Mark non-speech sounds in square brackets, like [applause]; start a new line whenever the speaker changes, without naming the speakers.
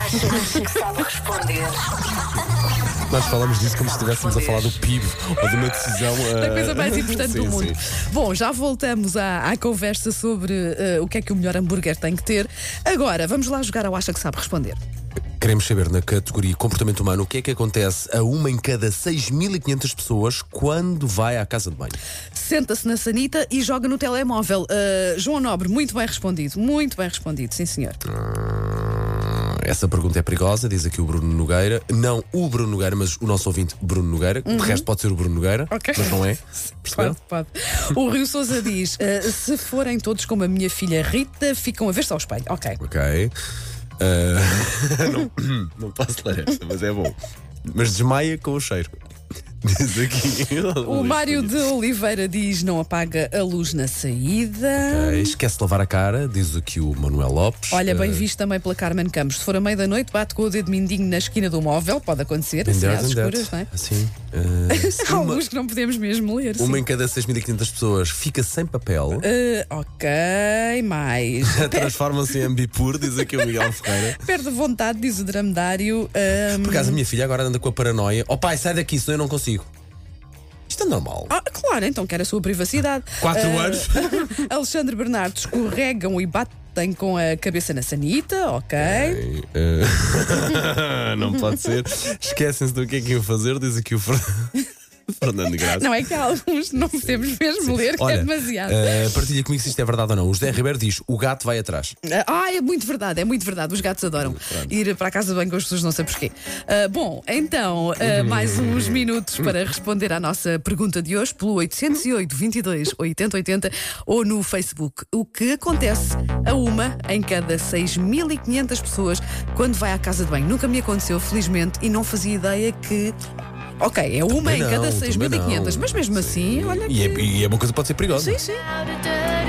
acha, acha que sabe responder.
Nós falamos disso como se estivéssemos a falar do PIB ou de uma
[laughs]
decisão.
Da
eh,
coisa
[laughs]
mais importante
sim,
do mundo.
sim.
Bom, já voltamos à, à conversa sobre eh, o que é que o melhor hambúrguer tem que ter. Agora, vamos lá jogar ao Acha que Sabe Responder.
Queremos saber na categoria comportamento humano o que é que acontece a uma em cada 6.500 pessoas quando vai à casa de banho.
Senta-se na sanita e joga no telemóvel. Eh, João Nobre, muito bem respondido. Muito bem respondido, sim senhor.
Tá Essa pergunta é perigosa, diz aqui o Bruno Nogueira. Não o Bruno Nogueira, mas o nosso ouvinte Bruno Nogueira. De resto, pode ser o Bruno Nogueira,
Uhum. Ok.
mas não é.
[laughs]
Percebeu?
Pode, pode. O Rio Souza diz: eh, se forem todos como a minha filha Rita, ficam a ver-se ao espelho. Ok.
Ok. Ah, [laughs] não, não posso ler esta, mas é bom. Mas desmaia com o cheiro. [laughs] Diz aqui.
O Mário de Oliveira diz: não apaga a luz na saída.
Ok, Eh, Esquece de lavar a cara, diz aqui o Manuel Lopes.
Olha,
Ah,
bem visto também pela Carmen Campos. Se for a meio da noite, bate com o dedo mindinho na esquina do móvel, pode acontecer, assim
Tinder
às
and that. [laughs]
escuras, não é?
Assim, ah,
Há alguns que não podemos mesmo ler. sim.
uma em cada 6.500 pessoas fica sem papel,
Eh, ok, mais.
[laughs] Eh, transforma-se em ambipur, diz aqui o Miguel Ferreira.
Perde vontade, diz o dramedário. ehm, ahm,
Por acaso, a minha filha agora anda com a paranoia: ó pai, sai daqui, senão eu não consigo. Isto é normal. [laughs]
Ah, claro, então quer a sua privacidade.
Quatro
Ah,
anos.
[laughs] Alexandre Bernardo escorregam e batem com a cabeça na sanita, ok.
Ah, não pode ser. Esquecem-se do que é que iam fazer, diz aqui o Fer- [laughs] Fernando Graça.
Não é que há alguns que não podemos mesmo ler, que é
Olha,
demasiado.
ah, partilha comigo se isto é verdade ou não. O José Ribeiro diz: o gato vai atrás.
Ah, é muito verdade, é muito verdade. Os gatos adoram ir para a casa de banho com as pessoas, não sei porquê. Ah, bom, então, ah,
Uhum.
mais uns minutos para responder à nossa pergunta de hoje pelo 808 22 80 80 ou no Facebook. O que acontece a uma em cada 6.500 pessoas quando vai à casa de banho? Nunca me aconteceu, felizmente, e não fazia ideia que. Ok, é uma
Também
em cada
não, também
6.500,
não.
mas mesmo assim, olha
E é,
que.
e é uma coisa que pode ser perigosa.
Sim, sim.
How dirty